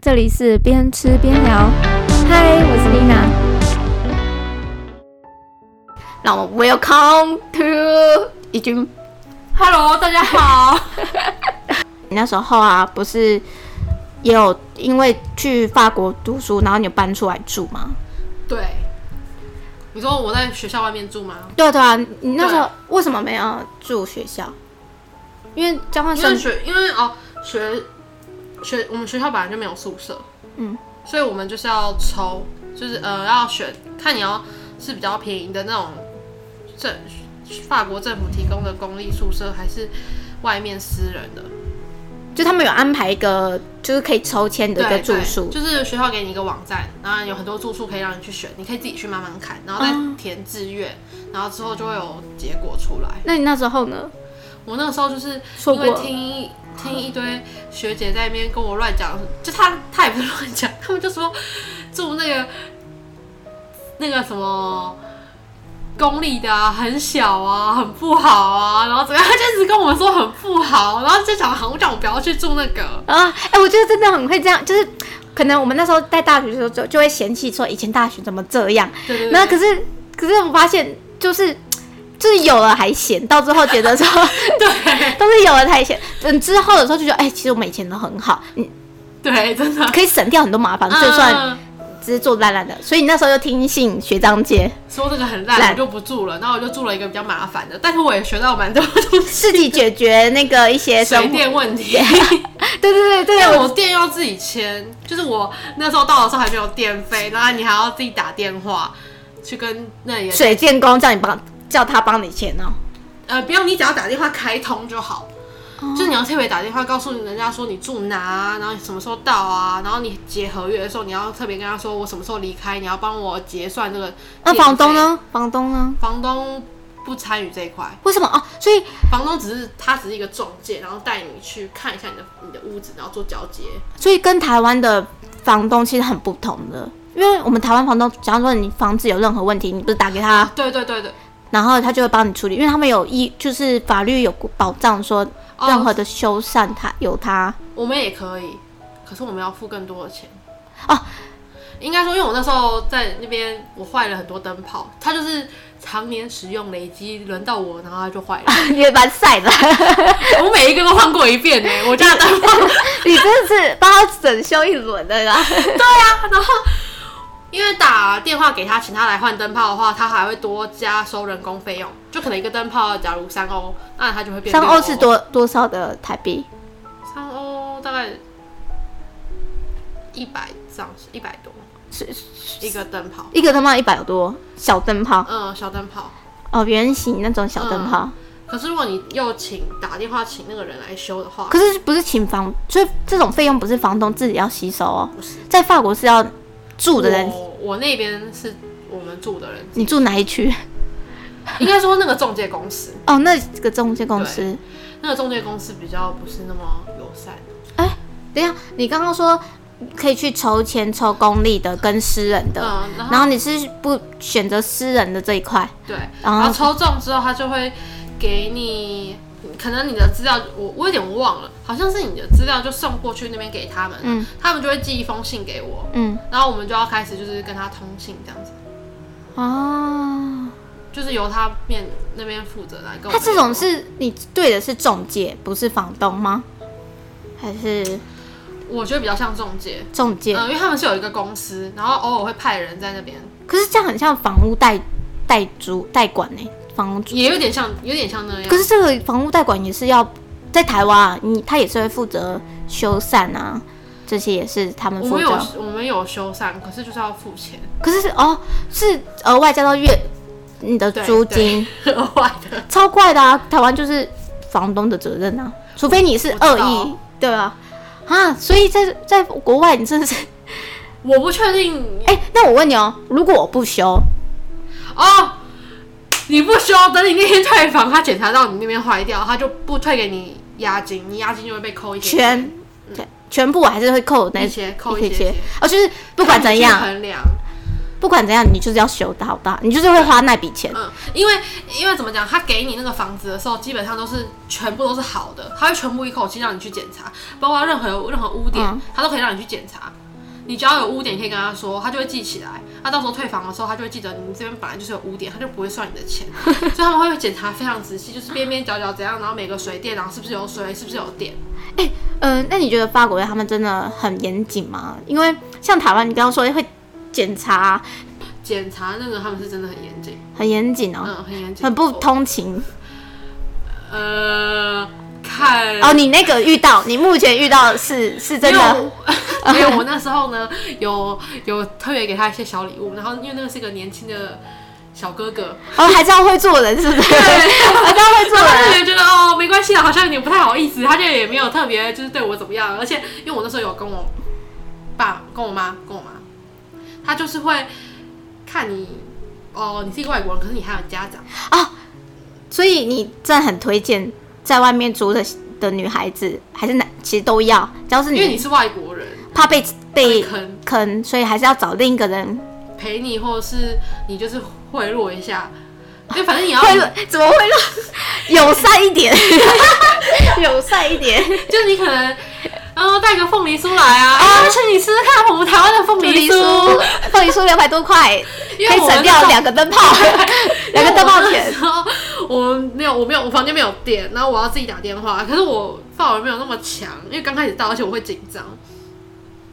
这里是边吃边聊。嗨，我是丽娜。让我们 Welcome to 已经 Hello，大家好。 那时候啊，不是也有因为去法国读书，然后你有搬出来住吗？对，你说我在学校外面住吗？对啊对啊，你那时候为什么没有住学校？因为交换因为生学，因为哦，学学我们学校本来就没有宿舍，嗯，所以我们就是要抽，就是呃要选，看你要是比较便宜的那种政法国政府提供的公立宿舍，还是外面私人的就他们有安排一个就是可以抽签的一个对住对宿，就是学校给你一个网站，然后有很多住宿可以让你去选，你可以自己去慢慢看，然后再嗯填志愿，然后之后就会有结果出来。那你那时候呢？我那个时候就是错因过为了听听一堆学姐在那边跟我乱讲，就她她也不是乱讲，他们就说住那个那个什么公立的啊，很小啊，很不好啊，然后怎么样，她就一直跟我们说很不好，然后就讲好像我不要去住那个，啊，哎、我觉得真的很会这样，就是可能我们那时候在大学的时候就就会嫌弃说以前大学怎么这样，对对那对，可是可是我发现就是就是有了还嫌，到最后觉 得说对都是有了才嫌，等之后的时候就觉得哎、其实我们以前都很好，你对，真的，可以省掉很多麻烦，就算嗯只是做烂烂的，所以你那时候就听信学长 姐，说这个很烂，烂我就不住了，然后我就住了一个比较麻烦的，但是我也学到蛮多东西，自己解决那个一些水生活，电问题。对对对对，但我我电要自己签，就是我那时候到的时候还没有电费，然后你还要自己打电话去跟那里的水电工叫你帮叫他帮你签哦，呃，不用你只要打电话开通就好，就是你要特别打电话告诉人家说你住哪啊，然后你什么时候到啊，然后你结合约的时候你要特别跟他说我什么时候离开，你要帮我结算这个。那房东？呢？房东呢？房东不参与这一块，为什么哦？所以房东只是他只是一个中介，然后带你去看一下你的你的屋子，然后做交接。所以跟台湾的房东其实很不同的，因为我们台湾房东，假如说你房子有任何问题，你不是打给他，对对对对，然后他就会帮你处理，因为他们有一就是法律有保障说哦任何的修缮他有 他我们也可以，可是我们要付更多的钱。哦，应该说，因为我那时候在那边，我坏了很多灯泡，它就是常年使用累积，轮到我，然后它就坏 了。也蛮晒的，我每一个都换过一遍呢、 我家的灯泡。你真的是帮他整修一轮的啦。然后因为打电话给他，请他来换灯泡的话，他还会多加收人工费用，就可能一个灯泡假如三欧，那它就会变三六欧是多多少的台币？三欧大概一百上一百多是一个灯泡，一个灯泡一百多，小灯泡嗯，小灯泡。哦，圆形那种小灯泡。可是如果你又请打电话请那个人来修的话，可是不是请房，所以这种费用不是房东自己要吸收哦不是，在法国是要住的人，我我那边是我们住的人，你住哪一区？ 应该说那个中介公司，哦，那个中介公司。那个中介公司比较不是那么友善。等一下，你刚刚说可以去抽签抽公立的跟私人的，嗯，然后然后你是不选择私人的这一块，对，然然后后抽中之后他就会给你。可能你的资料我我有点忘了，好像是你的资料就送过去那边给他们，嗯他们就会寄一封信给我，嗯然后我们就要开始就是跟他通信这样子，哦，就是由他面那边负责来跟我们联他络。这种是你对的是中介，不是房东吗？还是我觉得比较像中介，中介？嗯，因为他们是有一个公司，然后偶尔会派人在那边，可是这样很像房屋代代租代管呢、房屋租。也有点像，有点像那样。可是这个房屋代管也是要在台湾、啊，你他也是会负责修缮啊，这些也是他们我负们有责。我们有修缮，可是就是要付钱，可是是哦，是额外加到月你的对租金，对 额外的。超怪的啊！台湾就是房东的责任啊，除非你是我知道恶意，对啊，啊，所以在在国外你真的是， 我不确定哎、那我问你哦，如果我不修，哦，你不修，等你那天退房，他检查到你那边坏掉，他就不退给你押金，你押金就会被扣一些，全对全部我还是会扣那嗯一些扣一一些，哦，就是不管怎看你样去，衡量。不管怎样，你就是要修的好不好？你就是会花那笔钱。嗯，因为因为怎么讲，他给你那个房子的时候，基本上都是全部都是好的，他会全部一口气让你去检查，包括任何任何污点，嗯他都可以让你去检查。你只要有污点，可以跟他说，他就会记起来。他到时候退房的时候，他就会记得你这边本来就是有污点，他就不会算你的 钱。所以他们会检查非常仔细，就是边边角角怎样，然后每个水电，然后是不是有水，是不是有电。嗯，那你觉得法国人他们真的很严谨吗？因为像台湾，你刚刚说会检查，检查那个他们是真的很严谨，很严谨哦，嗯，很严谨，很不。通情。呃，看哦，你那个遇到，你目前遇到是是真的， 因为我因为我那时候呢，有有特别给他一些小礼物，然后因为那个是个年轻的小哥哥，哦，还这样会做人是不是？ 还这样会做然后他人，就觉得哦没关系啦，好像有点不太好意思，他就也没有特别就是对我怎么样，而且因为我那时候有跟我爸、跟我妈、跟我妈，他就是会看你哦，你是一个外国人，可是你还有家长，所以你真的很推荐在外面租的的女孩子，还是男，其实都要，只要是因为你你是外国人，怕被被被坑坑，所以还是要找另一个人。陪你，或者是你就是贿赂一下，就反正你要会怎么会让 友善一点， 友善一点， 就是你可能，然后带个凤梨酥来啊，啊，请你吃吃看我们台湾的凤梨酥，，凤梨酥两百多块，因可为以我省们掉两个灯泡， 两个灯泡钱。然后我没有，我没有，我房间没有电，然后我要自己打电话。可是我法文没有那么强，因为刚开始到，而且我会紧张。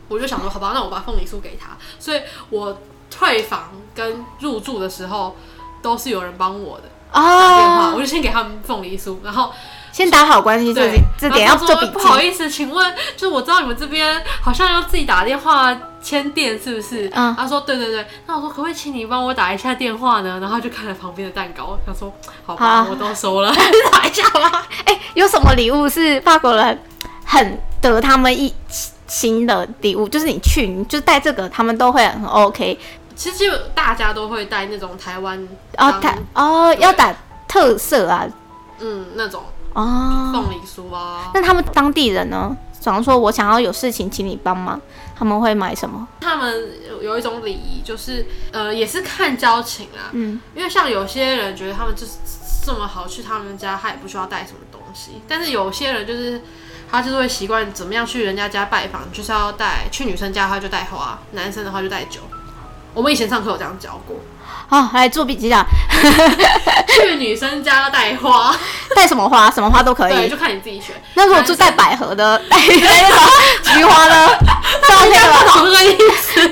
我就想说，好吧，那我把凤梨酥给他。所以我退房跟入住的时候都是有人帮我的打电话，哦我，就先给他们凤梨酥，然后先打好关系，这对点，这点要然后做他笔说不好记。意思，请问，就是我知道你们这边好像要自己打电话签店，是不是？嗯他说对对对。那我说可不可以请你帮我打一下电话呢？然后他就看了旁边的蛋糕，想说好吧，啊我都收了。 打一下吗？哎，有什么礼物是法国人很得他们一心的礼物？就是你去，你就带这个，他们都会很 OK。其实就大家都会带那种台湾哦，当打哦，要打特色啊，嗯那种哦。凤梨酥啊，那他们当地人呢？假如说我想要有事情，请你帮忙，他们会买什么？他们有一种礼仪，就是呃也是看交情啦。嗯，因为像有些人觉得他们就是这么好，去他们家他也不需要带什么东西，但是有些人就是他就是会习惯怎么样去人家家拜访，就是要带去女生家的话就带花，男生的话就带酒。 我们以前上课有这样教过，哦，来做笔记啦。 去女生家要带花，带什么花？什么花都可 对，以。就看你自己选。那如果就带百合的，带那种 菊花呢？这样可以吗？ 同个意思，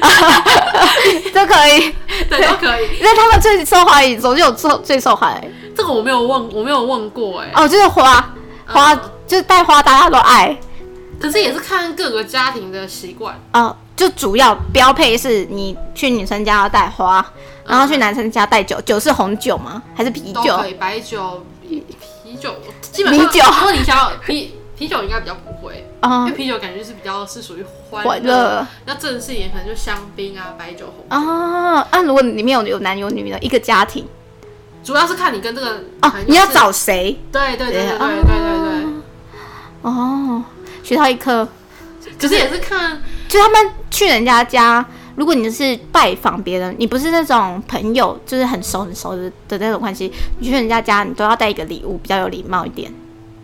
都可以。对，都可以。因为他们最受欢迎，总是有最最受欢迎。这个我没有问，我没有问过哎、哦，就是花，花、嗯就是带花，大家都爱。可是也是看各个家庭的习惯。哦，就主要标配是你去女生家要带花，然后去男生家带酒。酒是红酒吗？还是啤嗯都酒？可以，白酒、啤啤酒，基本上米酒如果你想要啤啤酒，应该比较不会，因哦为，啤酒感觉就是比较是属于欢欢乐，乐。那正式一点可能就香槟啊、白酒、红，哦，啊，如果里面有有男有女的一个家庭主要是看你跟这个哦朋，友你要嗯是找谁？对对对对对哦对对哦，学到一课，对，可是也是看就他们去人家家，如果你是拜访别人，你不是那种朋友，就是很熟很熟的的那种关系，你去人家家，你都要带一个礼物，比较有礼貌一点，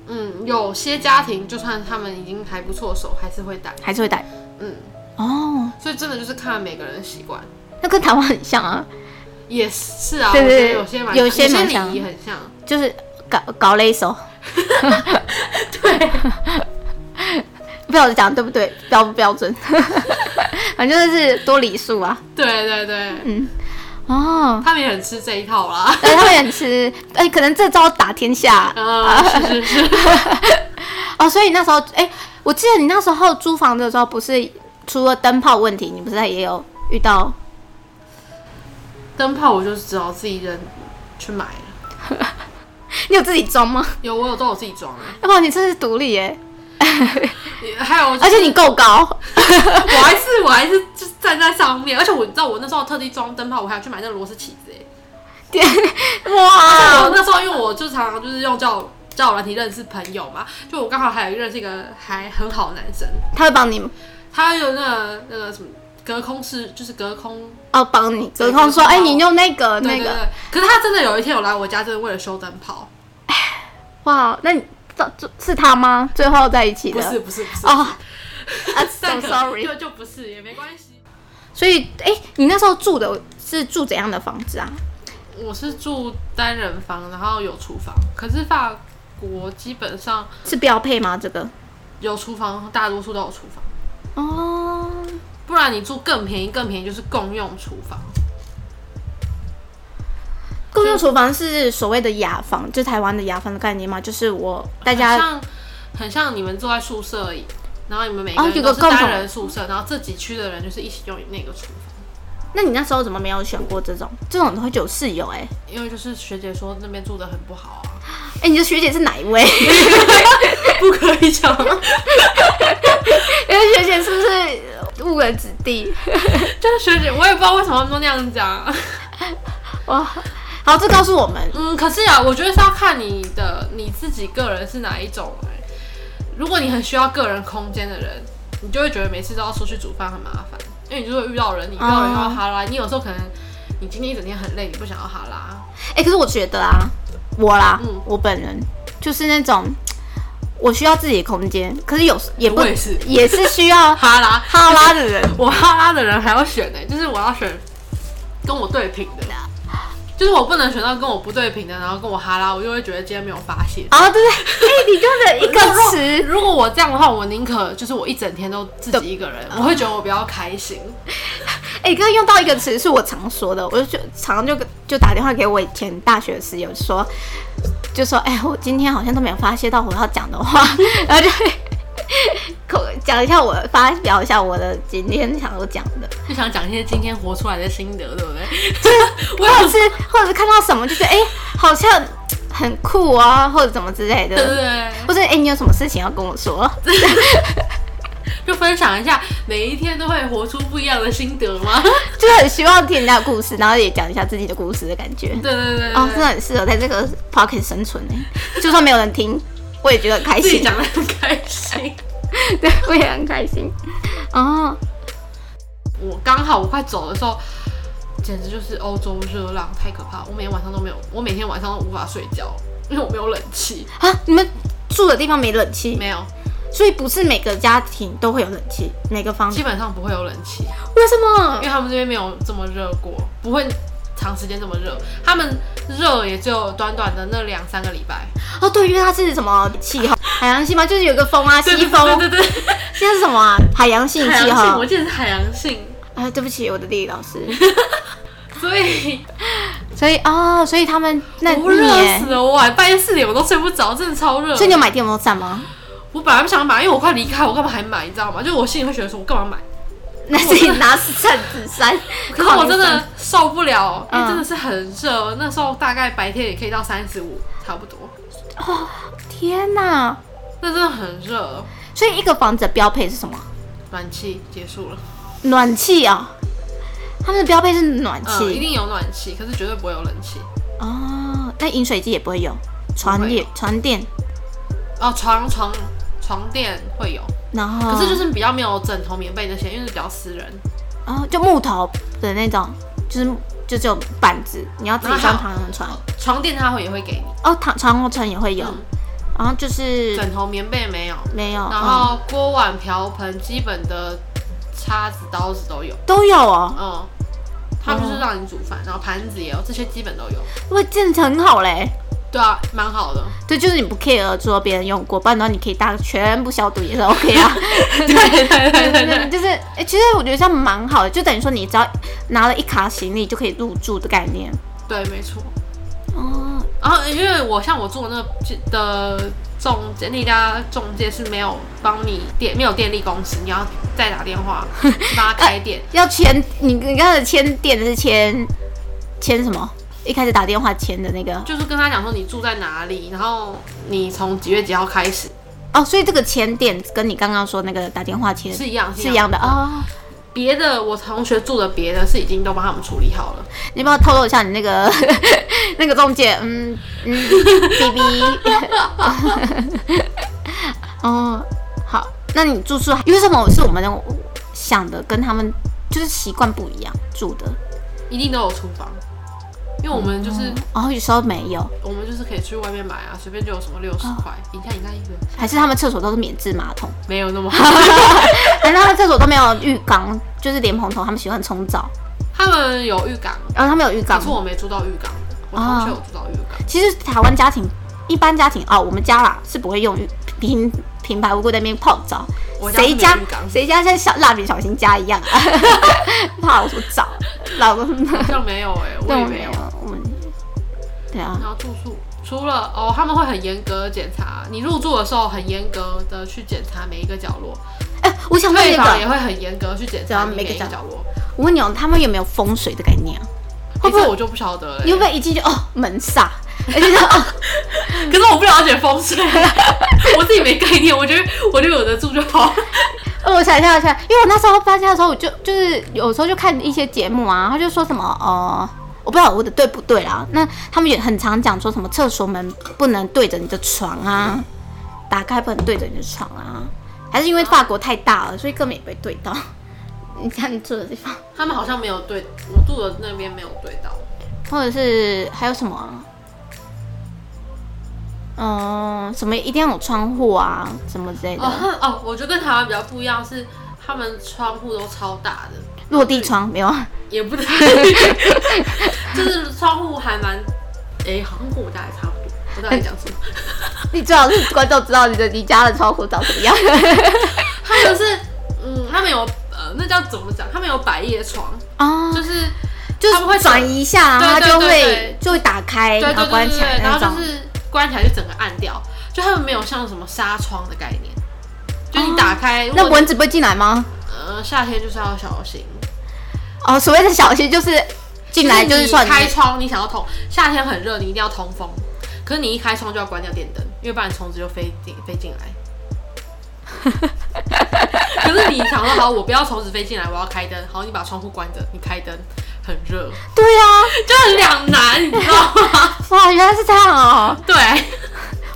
嗯，有些家庭就算他们已经还不错手，还是会带，还是会带。嗯，哦，所以真的就是看每个人的习惯，那跟台湾很像啊，也是啊，对我觉对得有些蛮有有些蛮像礼仪很像，就是搞搞了一手。对，不知道我讲对不对，标不标准，反正就是多礼数啊。对对对，嗯哦，他们也很吃这一套啦， 对，他们很吃，哎、可能这招打天下 嗯，是是是。哦。所以那时候，哎、我记得你那时候租房的时候，不是除了灯泡问题，你不是也有遇到？灯泡我就是只好自己人去买了。你有自己装吗？有，我有都有自己装啊。哎要不然你真是独立耶，还有、 而且 你，够 高，我还是我还是就是站在上面，而且我你知道我那时候特地装灯泡，我还要去买那个螺丝起子、欸。哇嗯我！那时候因为我就常常就是用叫叫我软体认识朋友嘛，就我刚好还有一个认识一个还很好的男生，他会帮你他有那个那个什么隔空式，就是隔空哦，帮你对隔空说，隔空哎、你用那个那对对个，对。可是他真的有一天有来我家，真的为了修灯泡，哇！那你这这是他吗？最后在一起不的是不是不是哦，啊，so 但可 sorry。就就不是也没关系。所以，哎、你那时候住的是住怎样的房子啊？我是住单人房，然后有厨房，可是法国基本上是标配吗？这个？有厨房，大多数都有厨房，哦，不然你住更便宜，更便宜就是共用厨房。共用厨房是所谓的雅房，就台湾的雅房的概念吗？就是我大很家像很像你们住在宿舍而已，然后你们每个哦人有都个是共单同人宿舍，然后这几区的人就是一起用那个厨房，那你那时候怎么没有选过这种？这种会有室友哎、因为就是学姐说那边住的很不好啊， 哎、 你的学姐是哪一位？不可以讲， 你的学姐是不是误人子弟？就是学姐，我也不知道为什么他们都那样啊讲。哇，好，这告诉我们，嗯，可是啊，我觉得是要看你的你自己个人是哪一种、欸。如果你很需要个人空间的人，你就会觉得每次都要出去煮饭很麻烦，因为你就会遇到人，你遇到人又要哈拉，你有时候可能你今天一整天很累，你不想要哈拉，哎、可是我觉得啊，我啦，嗯我本人就是那种我需要自己的空间，可是有时也不我也是也是需要哈拉哈拉的 人。我哈拉的人还要选呢、就是我要选跟我对平的，就是我不能选到跟我不对平的，然后跟我哈拉，我就会觉得今天没有发泄。哦，对对，哎、你用的一个词，如果我这样的话，我宁可就是我一整天都自己一个人，我会觉得我比较开心。哎、刚刚用到一个词是我常说的，我就就常常就就打电话给我以前大学的室友说，就说，哎、我今天好像都没有发泄到我要讲的话， 然后就会口讲一下我发表一下我的今天想要讲的，就想讲一些今天活出来的心得，对不 对？我或者有是或者是看到什么就觉得，哎、好像很酷啊，或者怎么之类对对的，对，或者哎、你有什么事情要跟我说？ 就分享一下每一天都会活出不一样的心得吗？ 就是很希望听人家的故事，然后也讲一下自己的故事的感觉。对对对对哦，真对的很适合在这个 pocket 生存哎，就算没有人 听，我也觉得很开自己心，讲的很开心。 对，我也很开心。哦， 我刚好我快走的时候，简直就是欧洲热浪，太可怕了！我每天晚上都没有，我每天晚上都无法睡觉，因为我没有冷气，啊，你们住的地方没冷气，没有，所以不是每个家庭都会有冷气，每个房基本上不会有冷气，为什么因为？他们这边没有这么热过，不会长时间这么热，他们热也只有短短的那两三个礼拜，哦，对，因为它是什么气候？海洋性吗？就是有一个风啊，西风。 对对对对对现在是什么啊？海洋性海气洋性，候我。记得是海洋性，啊，对不起，我的地理老师。所以所以哦，所以他们 那我你热耶死，了，我晚半夜四点我都睡不着，真的超热所以。你有买电风扇吗？我本来不想买，因为我快离开，我干嘛还买？你知道吗？就是我心里会觉得说，我干嘛买？那自己拿扇子扇。 可是我真的受不了，因嗯为真的是很热。那时候大概白天也可以到三十五，差不多。天哪！那真的很热，所以一个房子的标配是什么？暖气结束了，暖气啊、他们的标配是暖嗯，一气、定有暖气，可是绝对不会有冷气。哦。那饮水机也不会有，床也床垫，哦，床床床垫会有，然后可是就是比较没有枕头、棉被那些，因为是比较私人。哦，就木头的那种，就是就只有板子，你要自己然上后床上床。床垫它会也会给你，哦，躺床后床也会有，嗯然后就是枕头、棉被没有。没有，然嗯、后锅碗瓢盆基本的叉子、刀子都有，都有哦，嗯，他们就是让你煮饭，然后盘子也有，这些基本都有。哇，真的很好嘞。对啊，蛮好 的。对，就是你不 care 说别人用过，不然的话你可以大全部消毒也是 OK 啊。对对对对对对就是、欸、其实我觉得这样蛮好的，就等于说你只要拿了一卡行李就可以入住的概念。对，没错。哦，然后因为我像我住的那的中介那家中介是没有帮你电，没有电力公司，你要再打电 话帮他开电。要签你你刚才签店是签签什么？一开始打电话签的那个就是跟他讲说你住在哪里，然后你从几月几号开始哦，所以这个签店跟你刚刚说那个打电话签是一样是一样的哦。别的我同学住的别的是已经都帮他们处理好了，你帮我透露一下你那个 那个中介，嗯嗯，B B，哦，好，那你住宿因为什么是我们想的跟他们就是习惯不一样住的一定都有厨房，因为为我们就是、哦，有时候没有，我们就是可以去外面买啊，随便就有什么六十块，一下一下一个，还是他们厕所都是免治马桶，没有那 么好。但是他们厕所都没有浴缸，就是莲蓬头他们喜欢冲澡，他们有浴缸，然后他们有浴可缸是。我没住到浴缸的，我啊同学有住到浴缸。其实台湾家庭一般家庭哦，我们家啦是不会用浴平平白无故在那边泡澡我，家是谁家没有浴缸谁家像小蜡笔小新家一样、啊，泡什么澡，老公好像没有哎、 我对也我没没有有。，我们对啊，然后住宿除了哦，他们会很严格地检查，你入住的时候很严格的去检查每一个角落，哎、我想问退那房也个，会很严格地去检对啊查你每个每一个角角落。我问你哦，他们有没有风水的概念啊？会不会诶这我就不晓得了、欸你会不会一进去哦门煞， 而且就哦可是我不了解风水， 我自己没概念，我觉得我就有的住就好。哦，我想一下，我想一下，因为我那时候搬家的时候，我就就是有时候就看一些节目啊，他就说什么呃，我不知道我的对不对啦。那他们也很常讲说什么厕所门不能对着你的床啊，打开不能对着你的床啊，还是因为法国太大了，所以根本也不会对到。 你看你住的地方，他们好像没有对我住的那边没有对到，或者是还有什么、啊？嗯、什么一定要有窗户啊，什么之类的，哦哦，我觉得跟台湾比较不一样是，他们窗户都超大的，落地窗没有啊？也 不对，就是窗户还蛮，哎、好像跟我家也差不多。我到底讲什 么？你最好是观众知道你的你家的窗户长什么样。他们是，嗯，他们有呃，那叫怎么讲？他们有百叶窗，啊， 就是就他们会是转移一下，然后它对对就对会对就会打开，对对然后对哎关对起对来，然那后种就。是关起来就整个暗掉，就他们没有像什么纱窗的概念，就你打开，如果哦那你蚊子不会进来吗？呃夏天就是要小心，哦，所谓的小心就是进来就是算你开窗，你想要通，夏天很热，你一定要通风，可是你一开窗就要关掉电灯，因为不然虫子就飞进飞进来。可是你想说好，我不要虫子飞进来，我要开灯。好，你把窗户关着，你开灯，很热，对啊，就很两难，你知道吗？ 哇，原来是这样哦！对，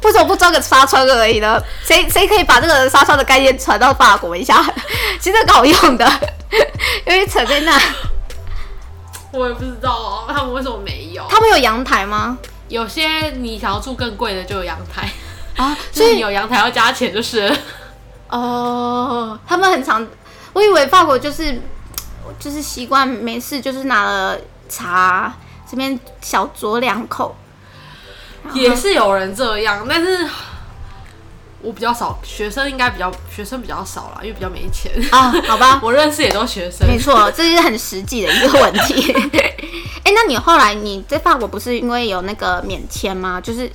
为什么不装个纱窗而已呢？谁谁可以把这个纱窗的概念传到法国一下？ 其实搞用的， 因为扯在那。我也不知道哦他们为什么没有。他们有阳台吗？有些你想要住更贵的就有阳 台，啊，所所以你以有阳台要加钱就是了。哦，他们很常，我以为法国就是就是习惯没事就是拿了茶这边小酌两口，也是有人这样，但是我比较少，学生应该比较学生比较少啦，因为比较 没钱。啊，好 吧，我认识也都学生，没错，这是很实际的一个问题。 哎、那你后来你在法国不是因为有那个免签吗？就是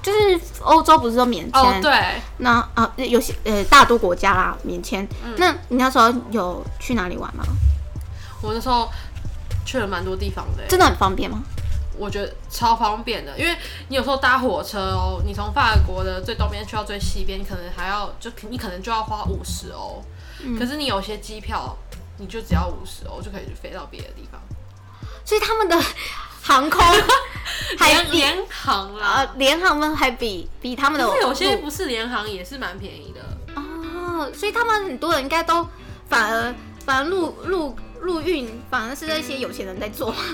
就是欧洲不是都免签？哦，对，那啊，有些呃大多国家啦免签。嗯那你那时候有去哪里玩吗？我那时候去了蛮多地方的欸、真的很方便吗？我觉得超方便的，因为你有时候搭火车哦，你从法国的最东边去到最西边，你可能还要就你可能就要花五十欧，可是你有些机票你就只要五十欧就可以飞到别的地方，所以他们的航 空还联比联航呃啦，联航们还比比他们的可是有些路不是联航也是蛮便宜的。哦，所以他们很多人应该都反而反而陆陆陆运反而是那些有钱人在做。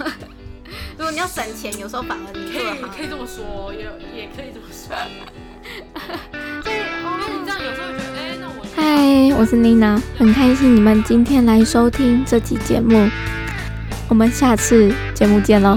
如果你要省钱，有时候反而你可做的以好。可以这么说，也也可以这么说。所以但是你哦这样有时候会觉得，哎、那我嗨，我是妮娜，很开心你们今天来收听这期节目，我们下次节目见喽，